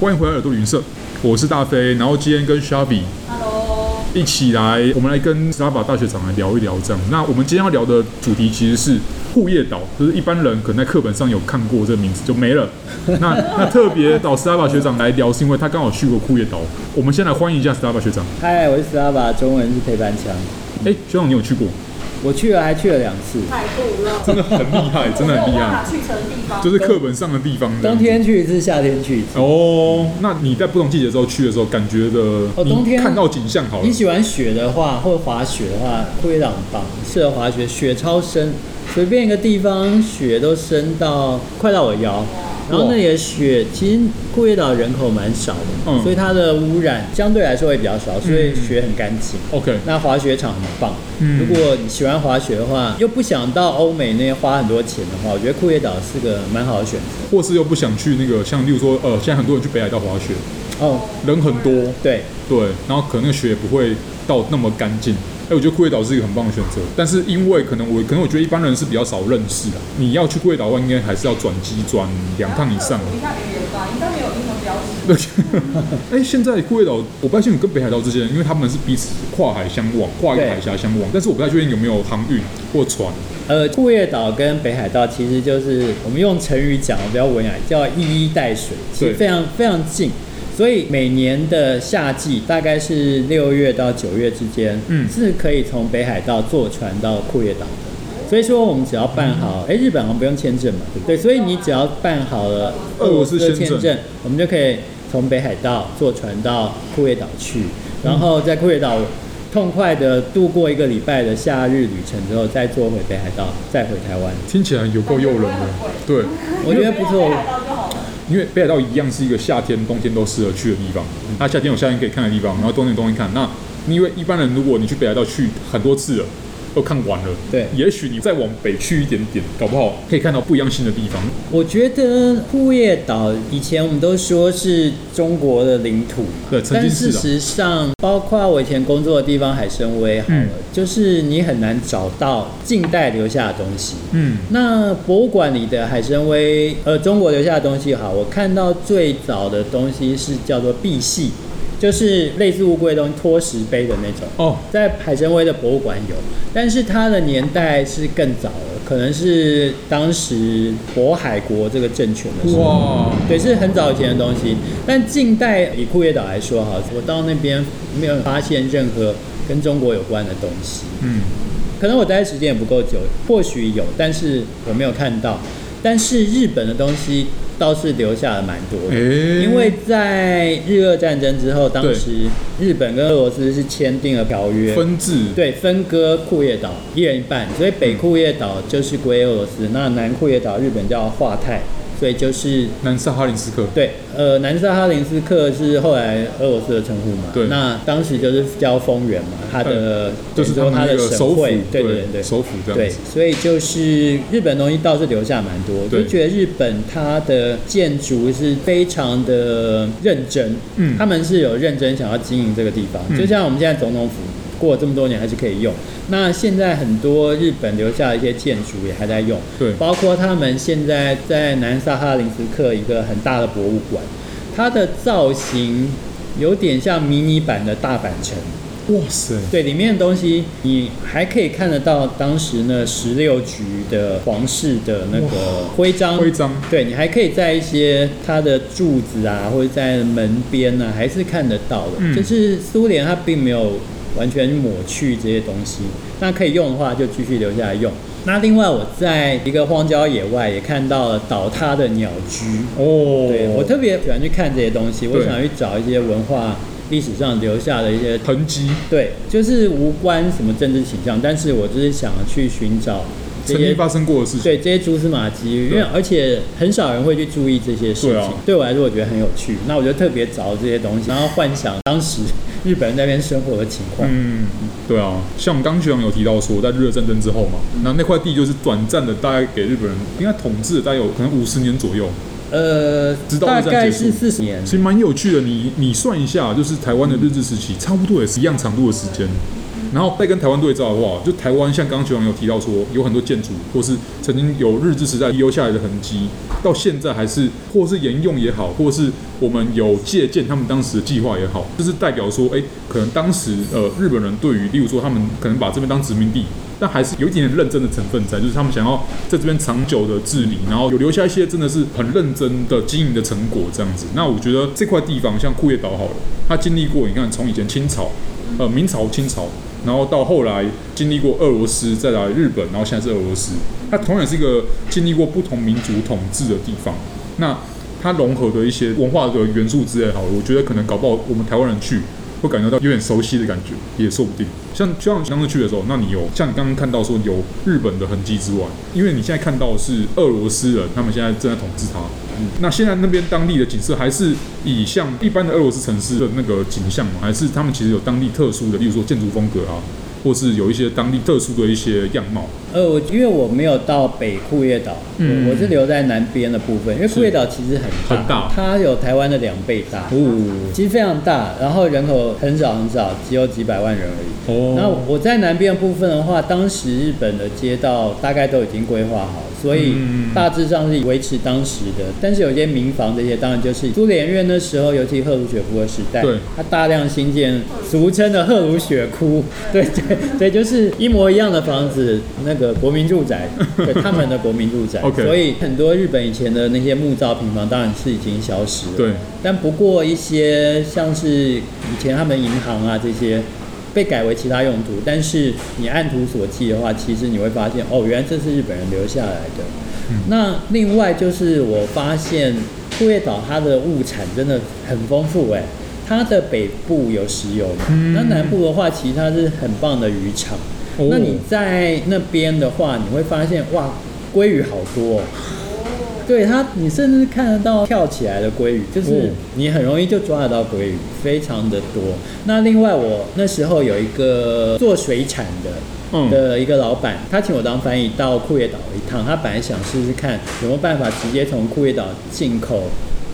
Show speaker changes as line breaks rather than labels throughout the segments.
欢迎回来耳朵旅行社，我是大飞。然后今天跟 Shavi
Hello，
一起来，我们来跟斯拉法大学长来聊一聊这样。那我们今天要聊的主题其实是护叶岛，就是一般人可能在课本上有看过这个名字就 没了。那那特别找斯拉法学长来聊，是因为他刚好去过护叶岛。我们先来欢迎一下斯拉法学长。
嗨，我是 s t a v a 中文是陪伴腔。
哎，学长你有去过？
我去了，还去了两次。
太酷了，
真的很厉害，真的很厉害，
去成地方，
就是课本上的地方这样
冬
子。
天去一次，夏天去一次。
哦，那你在不同季节的时候去的时候，感觉的
哦冬
你
天
看到景象好了
你，喜欢雪的话，或滑雪的话，灰朗棒适合滑雪，雪超深，随便一个地方雪都深到快到我腰。然后那里的雪，其实库页岛人口蛮少的，
嗯
所以它的污染相对来说会比较少，所以
嗯
雪很干净。
OK，
那滑雪场很棒，
嗯
如果你喜欢滑雪的话，又不想到欧美那些花很多钱的话，我觉得库页岛是个蛮好的选择。
或是又不想去那个，像例如说，呃，现在很多人去北海道滑雪，
哦，
人很多，
对，
对，然后可能那个雪也不会到那么干净。哎，我觉得库页岛是一个很棒的选择，但是因为可能我可能我觉得一般人是比较少认识的，你要去库页岛的话，应该还是要转机转两趟以 上。
一下语言吧，应该没有英文标识。
对，哎，现在库页岛，我不太清楚跟北海道之间，因为他们是彼此跨海相望，跨一个
对
海峡相望，但是我不太确定有没有航运或船。
呃，库页岛跟北海道其实就是我们用成语讲，我比较文雅，叫一衣带水，其
对
实非常非常近。所以每年的夏季大概是六月到九月之间，
嗯
是可以从北海道坐船到库页岛的。所以说，我们只要办
嗯
好，哎、日本好像不用签证嘛，对不对？所以你只要办好了
俄罗斯
的
签证
签证，我们就可以从北海道坐船到库页岛去，然后在库页岛痛快的度过一个礼拜的夏日旅程之后，再坐回北海道，再回台湾。
听起来有够诱人的，对，
我觉得不错
北。海道就好了。
因为北海道一样是一个夏天、冬天都适合去的地方。那夏天有夏天可以看的地方，然后冬天有冬天看。那因为一般人如果你去北海道去很多次了，都看完了，
对
也许你再往北去一点点，搞不好可以看到不一样新的地方。
我觉得库页岛以前我们都说是中国的领土嘛，
对曾
但
经是的
事实上，包括我以前工作的地方海参崴，好了，
嗯
就是你很难找到近代留下的东西。
嗯，
那博物馆里的海参崴，呃，中国留下的东西哈，我看到最早的东西是叫做碧玺，就是类似乌龟的东西，托石碑的那种，
哦，
在海参崴的博物馆有，但是它的年代是更早了，可能是当时渤海国这个政权的时候。
哇，
对，是很早以前的东西。但近代以库页岛来说哈，我到那边没有发现任何跟中国有关的东西。
嗯，
可能我待的时间也不够久，或许有，但是我没有看到。但是日本的东西倒是留下了蛮多的，
诶
因为在日俄战争之后，当
对
时日本跟俄罗斯是签订了条约，
分治，
对分割库页岛一人一半，所以北库页岛就是归俄罗斯，那南库页岛日本叫化泰，所以就是
南萨哈林斯克，
对，呃，南萨哈林斯克是后来俄罗斯的称呼嘛？
对嗯
那当时就是叫丰原嘛，它的
就是
等
他
于说
们
它
那
的
个
省
首府
会，，对对对，
首府这样
对
子，，
所以就是日本东西倒是留下蛮多，
对
就觉得日本它的建筑是非常的认真，
嗯
他们是有认真想要经营这个地方，
嗯
就像我们现在总统府过了这么多年还是可以用。那现在很多日本留下的一些建筑也还在用，
对
包括他们现在在南萨哈林斯克一个很大的博物馆，它的造型有点像迷你版的大阪城。
哇塞，
对，里面的东西你还可以看得到当时呢十六局的皇室的那个徽章，
徽章
对你还可以在一些它的柱子啊，或者在门边啊，还是看得到的。
嗯
就是苏联它并没有完全抹去这些东西，那可以用的话就继续留下来用。那另外我在一个荒郊野外也看到了倒塌的鸟居，
哦，
对我特别喜欢去看这些东西，我
对
想去找一些文化历史上留下的一些
痕迹，
对，就是无关什么政治倾向，但是我就是想去寻找这
曾经
些
发生过的事情，
对这些蛛丝马迹，因
对
为而且很少人会去注意这些事情。
对啊
对我来说，我觉得很有趣。那我就特别找这些东西，然后幻想当时日本人在那边生活的情况。
嗯，对啊，像我们刚刚学长有提到说，在日俄战争之后嘛，那那块地就是短暂的，大概给日本人应该统治了大概有可能五十年左右，
呃
直，到
大
二战
概
结束
是四十年
其。实蛮有趣的。你你算一下，就是台湾的日治时期，差不多也是一样长度的时间。然后再跟台湾对照的话，就台湾像刚刚学长有提到说，有很多建筑或是曾经有日治时代遗留下来的痕迹，到现在还是或是沿用也好，或是我们有借鉴他们当时的计划也好，就是代表说，哎，可能当时呃日本人对于，例如说他们可能把这边当殖民地。但还是有一点点认真的成分在，就是他们想要在这边长久的治理，然后有留下一些真的是很认真的经营的成果这样子。那我觉得这块地方像库页岛好了，它经历过你看从以前清朝，呃明朝、清朝，然后到后来经历过俄罗斯，再来日本，然后现在是俄罗斯，它同样是一个经历过不同民族统治的地方。那它融合的一些文化的元素之类，好了，我觉得可能搞不好我们台湾人去会感觉到有点熟悉的感觉，也说不定。像就像你当时去的时候，那你有像你刚刚看到说有日本的痕迹之外，因为你现在看到是俄罗斯人，他们现在正在统治它。那现在那边当地的景色还是以像一般的俄罗斯城市的那个景象吗？还是他们其实有当地特殊的，例如说建筑风格啊，或是有一些当地特殊的一些样貌？
呃，我因为我没有到北库页岛，
嗯
我我是留在南边的部分，因为库页岛其实很大，
很大
它有台湾的两倍大，
哦
其实非常大，然后人口很少很少，只有几百万人而已。那
哦，
我在南边的部分的话，当时日本的街道大概都已经规划好，所以
嗯
大致上是维持当时的。但是有些民房这些，当然就是呃苏联院那时候，尤其赫鲁雪夫的时代，
对
它大量新建俗称的赫鲁雪 窟，对对对，就是一模一样的房子，那个国民 住宅，对他们的国民住宅。
OK
所以很多日本以前的那些木造平房，当然是已经消失了。
对，
但不过一些像是以前他们银行啊这些被改为其他用途，但是你按图索骥的话，其实你会发现哦，原来这是日本人留下来的。那另外就是我发现库页岛它的物产真的很丰富哎、它的北部有石油嘛，
嗯
那南部的话其实它是很棒的渔场。
哦
那你在那边的话，你会发现哇，鲑鱼好多、哦。对它，你甚至看得到跳起来的鲑鱼，就
哦
是你很容易就抓得到鲑鱼，非常的多。那另外，我那时候有一个做水产的。
嗯
的一个老板，他请我当翻译到库页岛一趟，他本来想试试看有没有办法直接从库页岛进口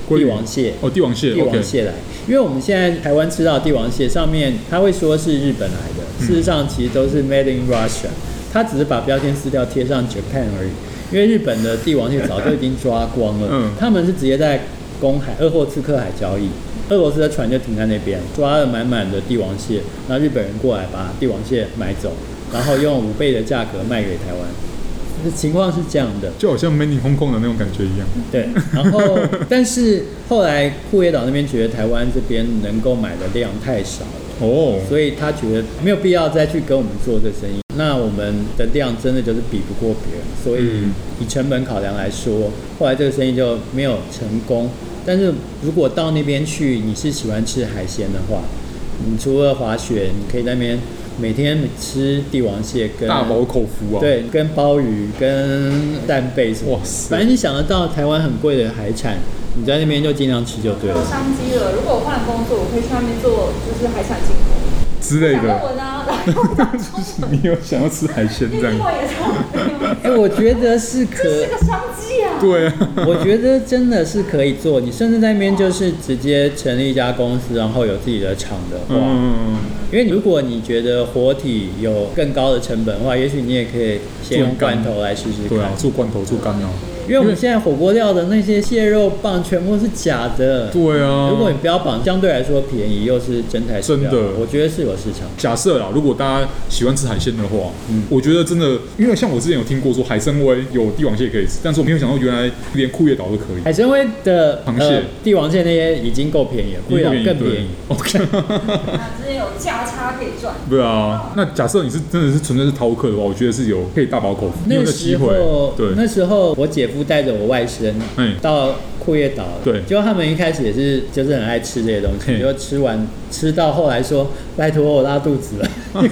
鲑
帝
鱼
王蟹，
哦，帝王蟹
帝
，OK，
王蟹来，因为我们现在台湾吃到的帝王蟹上面，它会说是日本来的，
嗯
事实上其实都是 Made in Russia，它只是把标签撕掉贴上 Japan 而已。因为日本的帝王蟹早就已经抓光 了，
嗯
他们是直接在公海、鄂霍次克海交易，俄罗斯的船就停在那边，抓了满满的帝王蟹，然后日本人过来把帝王蟹买走，然后用五倍的价格卖给台湾，情况是这样的。
就好像 many 空空的那种感觉一样。
对，然后但是后来库页岛那边觉得台湾这边能够买的量太少了，
哦，
所以他觉得没有必要再去跟我们做这生意。那我们的量真的就是比不过别人，所以
嗯
以成本考量来说，后来这个生意就没有成功。但是如果到那边去，你是喜欢吃海鲜的话，你除了滑雪，你可以在那边每天吃帝王蟹跟
大饱口福啊！，
对，跟鲍鱼、跟蛋贝什么的，
哇塞
反正你想得到台湾很贵的海产，你在那边就尽量吃就对
我有
了。
商机了。如果我换了工作，我可以去那边做，就是海产进口，
之类
讲论
的。
文啊，然后讲中 文，
你有想要吃海鲜
英
这样？
文也是好，
哎、我觉得是
这
可
是，个商机啊。
对啊，
我觉得真的是可以做。你甚至在那边就是直接成立一家公司，然后有自己的厂的话，
嗯，
因为如果你觉得活体有更高的成本的话，也许你也可以先用罐头来试试
对啊
看，。
做罐头、做干啊，
因为我们现在火锅料的那些蟹肉棒全部是假的，
对啊。
如果你标榜相对来说便宜，又是真材实料，
真的
我觉得是有市场。
假设啦，如果大家喜欢吃海鲜的话，
嗯
我觉得真的，因为像我之前有听过说海参崴有帝王蟹可以吃，但是我没有想到原来连库页岛都可以，
海参崴的
螃蟹
呃、帝王蟹那些已经够便宜了，贵岛更便宜。
对 OK，
那之间有价差可以赚，
对啊。那假设你是真的是纯粹是饕客的话，我觉得是有可以大饱口福，有
那
个机
时
会
候，，那
对，
时候我姐夫带着我外甥
哎
到库页岛，
对
就他们一开始也是就是很爱吃这些东西，
嘿
就吃完吃到后来说拜托我拉 肚子了，因为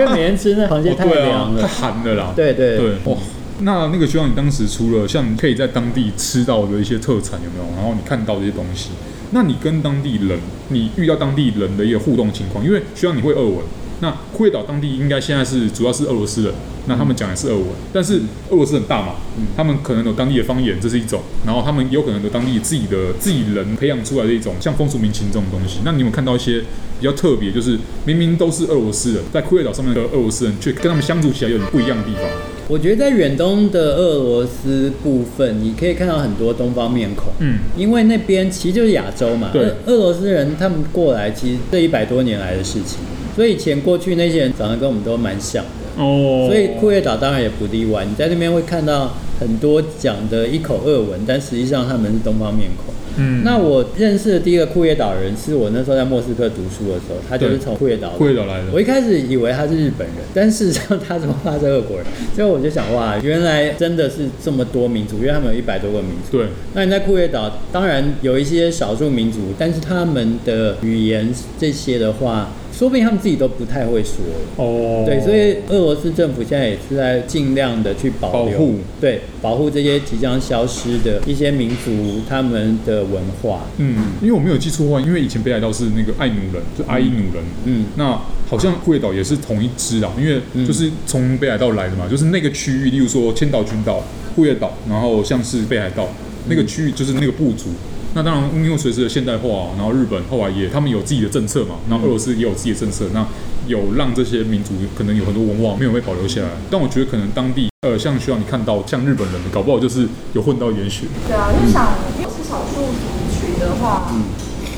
因为每天吃那螃蟹
哦
太
对啊，
凉
太
了，
寒了啦，
对对
对，哇。那那个学长，你当时除了像可以在当地吃到的一些特产有没有？然后你看到这些东西，那你跟当地人，你遇到当地人的一个互动情况，因为学长你会俄文，那库页岛当地应该现在是主要是俄罗斯人，那他们讲的是俄文，但是俄罗斯很大嘛，他们可能有当地的方言，这是一种，然后他们有可能有当地自己的自己人培养出来的一种像风俗民情这种东西。那你有没有看到一些比较特别，就是明明都是俄罗斯人，在库页岛上面的俄罗斯人，却跟他们相处起来有点不一样的地方？
我觉得在远东的俄罗斯部分，你可以看到很多东方面孔，
嗯，
因为那边其实就是亚洲嘛。
对
俄俄罗斯人他们过来，其实这一百多年来的事情，所以以前过去那些人长得跟我们都蛮像的。
哦
所以库页岛当然也不例外。你在那边会看到很多讲的一口俄文，但实际上他们是东方面孔。
嗯
那我认识的第一个库页岛人是我那时候在莫斯科读书的时候，他就是
对
从库页岛来的。
库页岛来的
我一开始以为他是日本人， 但事实上他怎么他是俄国人？ 所以我就想，哇，原来真的是这么多民族，因为他们有一百多个民族。
对，
那你在库页岛，当然有一些少数民族，但是他们的语言这些的话，说不定他们自己都不太会说。
哦，
对，所以俄罗斯政府现在也是在尽量的去保留
保护
对，保护这些即将消失的一些民族他们的文化。
嗯，因为我没有记错的话，因为以前北海道是那个爱奴人，就阿伊奴人，
嗯
那好像库页岛也是同一支啊啦，因为就是从北海道来的嘛，就是那个区域，例如说千岛群岛、库页岛，然后像是北海道那个区域，就是那个部族。那当然，因为随着现代化、啊然后日本后来也他们有自己的政策嘛，然后俄罗斯也有自己的政策，那有让这些民族可能有很多文化没有被保留下来。但我觉得可能当地呃，像需要你看到像日本人，搞不好就是有混到一点血。
对啊，就想如果是少数族群的话，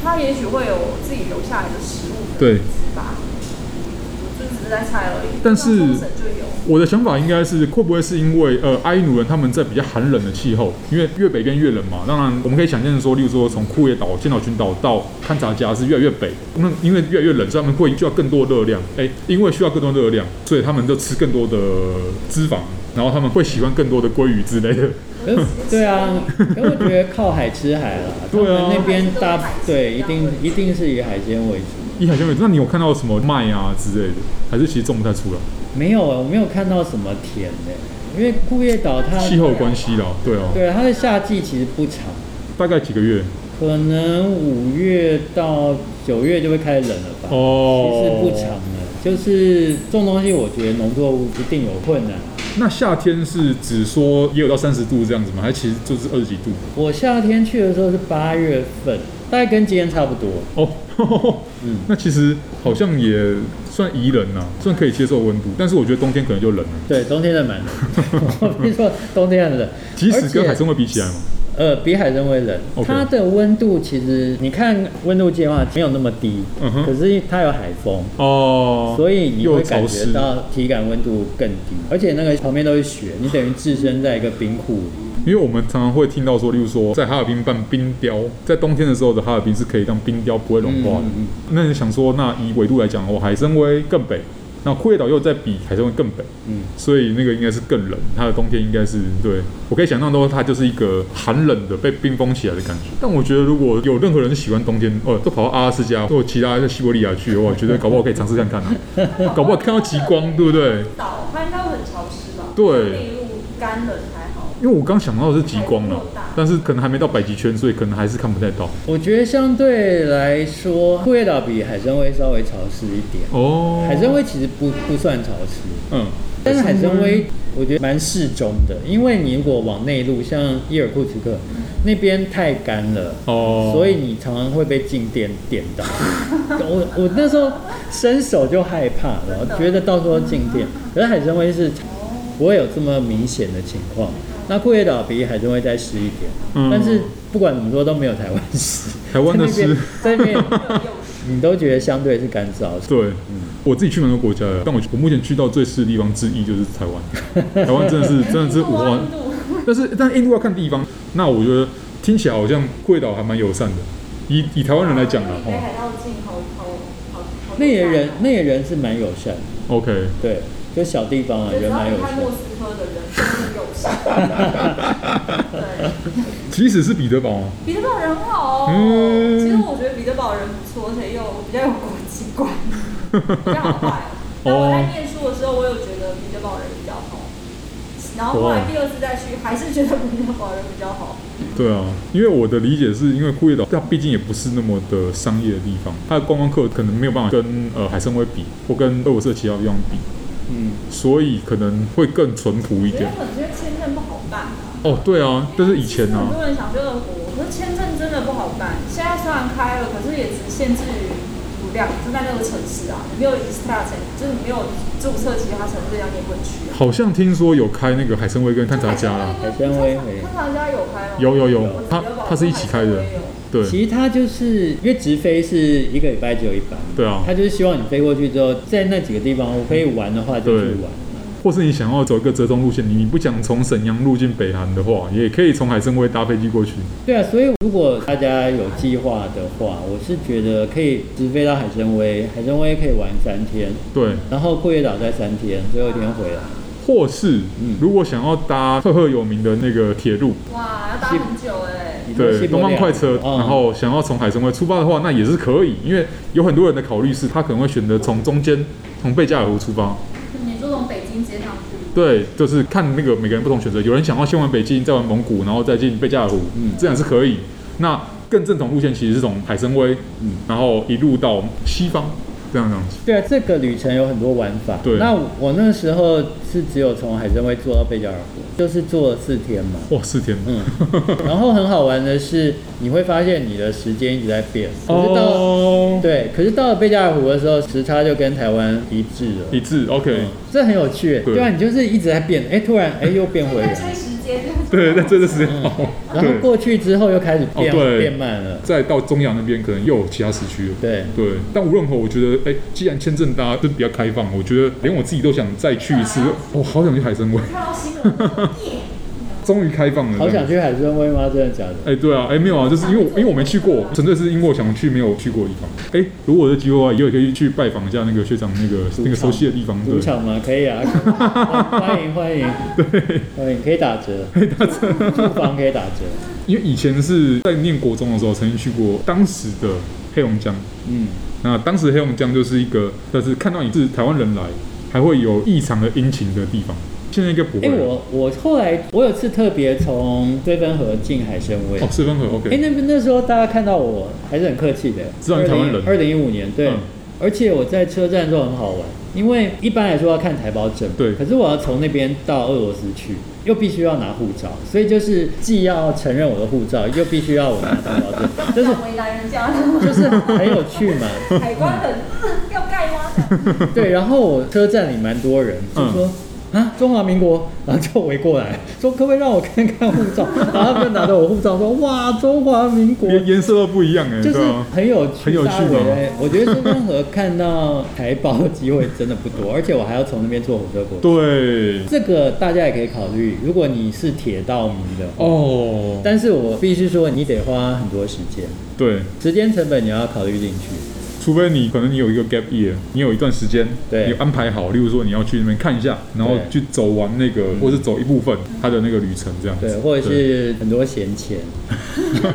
他也许会有自己留下来的食物的
嗯对
名字吧，就只是在猜而已。
但是
像冲绳就有，
我的想法应该是，会不会是因为呃，阿伊努人他们在比较寒冷的气候，因为越北边越冷嘛。当然，我们可以想象说，例如说从库页岛、千岛群岛到勘察加是越来越北，那因为越来越冷，所以他们会需要更多热量。哎、因为需要更多热量，所以他们就吃更多的脂肪，然后他们会喜欢更多的鲑鱼之类的。
可是对啊，可我觉得靠海吃海啦，
对啊
他们那边大对一定
还
一
是都是海鲜
定是以海鲜为主。
以海鲜为主，那你有看到什么麦啊之类的，还是其实种不太出来，
没有，我没有看到什么甜的，因为库页岛它
气候关系啦，对啊，
对它的夏季其实不长，
大概几个月
可能五月到九月就会开始冷了吧。其实
哦，
不长的，就是种东西，我觉得农作物一定有困难。
那夏天是只说也有到三十度这样子吗？还其实就是二十几度？
我夏天去的时候是八月份，大概跟今天差不多。
哦，呵呵呵
嗯
那其实好像也算宜人呐、算可以接受温度，但是我觉得冬天可能就冷了。
对，冬天的蛮冷，我跟你说，冬天很冷，
即使跟海
而且
参崴比起来嘛，
呃比海参崴冷
OK
它的温度其实你看温度计的话没有那么低，
嗯哼
可是它有海风，
哦，
所以你
又
会
潮
感觉
湿，
到体感温度更低，而且那个旁边都是雪，你等于置身在一个冰库里。
因为我们常常会听到说，例如说在哈尔滨办冰雕，在冬天的时候的哈尔滨是可以让冰雕不会融化的。
嗯嗯
那你想说，那以纬度来讲的话，海参崴更北，那库页岛又在比海参崴更北，
嗯，
所以那个应该是更冷，它的冬天应该是对我可以想象到它就是一个寒冷的被冰封起来的感觉。但我觉得如果有任何人是喜欢冬天，哦，都跑到阿拉斯加或其他的西伯利亚去的话，哦我觉得搞不好可以尝试看看、啊， 搞不好看到极光，对不对？
岛它应该会很潮湿吧？
对
内陆干冷还好。
因为我刚想到的是极光了，但是可能还没到北极圈，所以可能还是看不太到。
我觉得相对来说，库页岛比海参崴稍微潮湿一点。
哦，
海参崴其实不不算潮湿，
嗯，
但是海参崴我觉得蛮适中的，因为你如果往内陆，像伊尔库茨克那边太干了。
哦，
所以你常常会被静电电到， 我我那时候伸手就害怕了，我觉得到时候静电。可是海参崴是不会有这么明显的情况，那库页岛比海参崴再湿一点，
嗯
但是不管怎么说都没有台湾湿。
台湾的湿，
在那边，在那边你都觉得相对是干燥。
对，我自己去蛮多国家的，但我我目前去到最湿的地方之一就是台湾，台湾真的是真的是五花
温，度
但是但印度要看地方，那我觉得听起来好像贵岛还蛮友善的，以以台湾人来讲啦，
离北
哦
海道近好好好好。
那也人，那也人是蛮友善的，
，OK，
对，就小地方啊，
只
人
要
蛮友
离
善
开
的
莫。斯科的人都很友善。对，
即使是彼得堡啊，
彼得堡人很好哦。
嗯
其实我觉得彼得堡人不错，而且又比较有国际观，比较好坏。但我在念书的时候，我有觉得彼得堡人比较好。然后后来第二次再去，还是觉得彼得堡人比较好。
对啊，因为我的理解是因为库页岛它毕竟也不是那么的商业的地方，它的观光客可能没有办法跟呃海参崴比，或跟俄罗斯的其他地方比，
嗯，
所以可能会更淳朴一
我觉
点
得。可能是因为签证不好办啊。
哦，对啊，但是以前
很
啊，
多人想去俄国，可是签证真的不好办。现在虽然开了，可是也只限制于两就在那个城市啊，你没有 i s t a 城，就是你没有注册其他城市，要你不能去啊。
好像听说有开那个海参崴跟探查家啦，
海参探查家有开吗？
有有有
我，
它它是一起开的，对
其实他就是因为直飞是一个礼拜只有一班，
对啊
他，就是希望你飞过去之后，在那几个地方我可以玩的话就去
对
玩。
或是你想要走一个折中路线，你你不想从沈阳入境北韩的话，也可以从海参崴搭飞机过去。
对啊，所以如果大家有计划的话，我是觉得可以直飞到海参崴，海参崴可以玩三天，
对，
然后过夜岛再三天，最后一天回来。
或是
嗯
如果想要搭赫赫有名的那个铁路，
哇，要搭很久哎、
你说
对
西伯
东
利
方
亚
快车，
嗯
然后想要从海参崴出发的话，那也是可以，因为有很多人的考虑是他可能会选择从中间从贝加尔湖出发。
你说从北京接上去，
对，就是看那个每个人不同选择，有人想要先玩北京，再玩蒙古，然后再进贝加尔湖，
嗯
这样是可以。那更正统路线其实是从海参崴，
嗯
然后一路到西方，这样这样子。
对啊，这个旅程有很多玩法。
对
那我那时候是只有从海参崴坐到贝加尔湖，就是坐了四天 嘛。
哇，四天，
嗯，然后很好玩的是，你会发现你的时间一直在变。可是到、
哦，
对，可是到了贝加尔湖的时候，时差就跟台湾一致了。
一致，OK，
嗯这很有趣，
对
对啊，你就是一直在变，哎，突然哎又变回
在
来，
追时间，
对，那真的是
嗯
好，
然后
对。
过去之后又开始变、
哦对
变慢了，
再到中亚那边，可能又有其他时区了。
对，
对，但无论如何，我觉得，哎、既然签证大家都比较开放，我觉得连我自己都想再去一次。我、好想去海参崴，
看到新闻， 耶，
终于开放了。
好
这样
想去海参崴吗？真的假的？
哎、对啊，哎、没有啊，就是因为我因为我没去过，纯粹是因为我想去没有去过的地方。哎、如果有机会的话，也可以去拜访一下那个学长那个那个熟悉的地方，对
赌，场吗？可以 啊，欢迎欢迎，对，欢迎可以打折，可以打折，住房可以打折，
因为以前是在念国中的时候曾经去过当时的黑龙江，
嗯，
那当时黑龙江就是一个，但是看到你是台湾人来，还会有异常的殷勤的地方，现在应该不会
哎、
了。
我我后来我有次特别从追分河进海参崴。
哦，四分河
哎、
，OK，
那边那时候大家看到我还是很客气的，
知道啊你台湾人
二零一五年对、
嗯
而且我在车站的时候很好玩，因为一般来说要看台胞证，
对
可是我要从那边到俄罗斯去，又必须要拿护照，所以就是既要承认我的护照，又必须要我拿台胞证， 就是
这是为难人 家，
就是很有趣嘛。
海关很 要盖吗？
对，然后我车站里蛮多人，就说。
嗯
啊，中华民国，然后就围过来说，可不可以让我看看护照？然后他们就拿着我护照说，哇，中华民国，
连颜色都不一样哎、
就是
对啊，
很有趣，
很有趣
沙
吗
尾嘞我觉得这边河看到台胞的机会真的不多，而且我还要从那边坐火车过去。
对，
这个大家也可以考虑，如果你是铁道迷的话。
哦，
但是我必须说，你得花很多时间，
对，
时间成本你要考虑进去。
除非你可能你有一个 gap year，你有一段时间，
对
你安排好，例如说你要去那边看一下，然后
对
去走完那个，或是走一部分它的那个旅程这样子，
嗯对，或者是很多闲钱。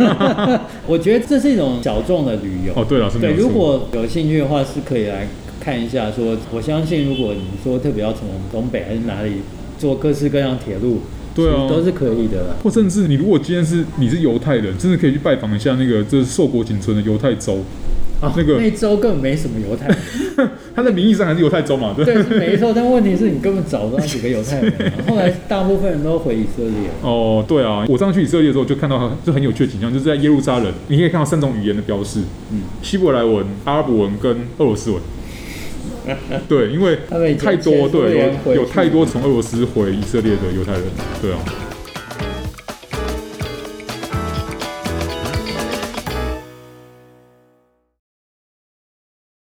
我觉得这是一种小众的旅游。
哦对了是没
对，
有错
如果有兴趣的话，是可以来看一下说。我相信，如果你说特别要从东北还是哪里坐各式各样铁路，
对啊
其实都是可以的啦。
或甚至你如果今天是你是犹太人，真的可以去拜访一下那个就是硕果仅存的犹太州，
啊
那个
那周根本没什么犹太人，
它在名义上还是犹太州嘛，对。
对，是没错。但问题是你根本找不到几个犹太 人啊、后来大部分人都回以色列。
哦，对啊，我上次去以色列的时候就看到就很有趣的景象，就是在耶路撒冷，你可以看到三种语言的标示，
嗯，
希伯来文、阿拉伯文跟俄罗 斯文。对，因为
他们以前
太多
前苏联
对
回
有有
去
太多从俄罗斯回以色列的犹太人，对啊。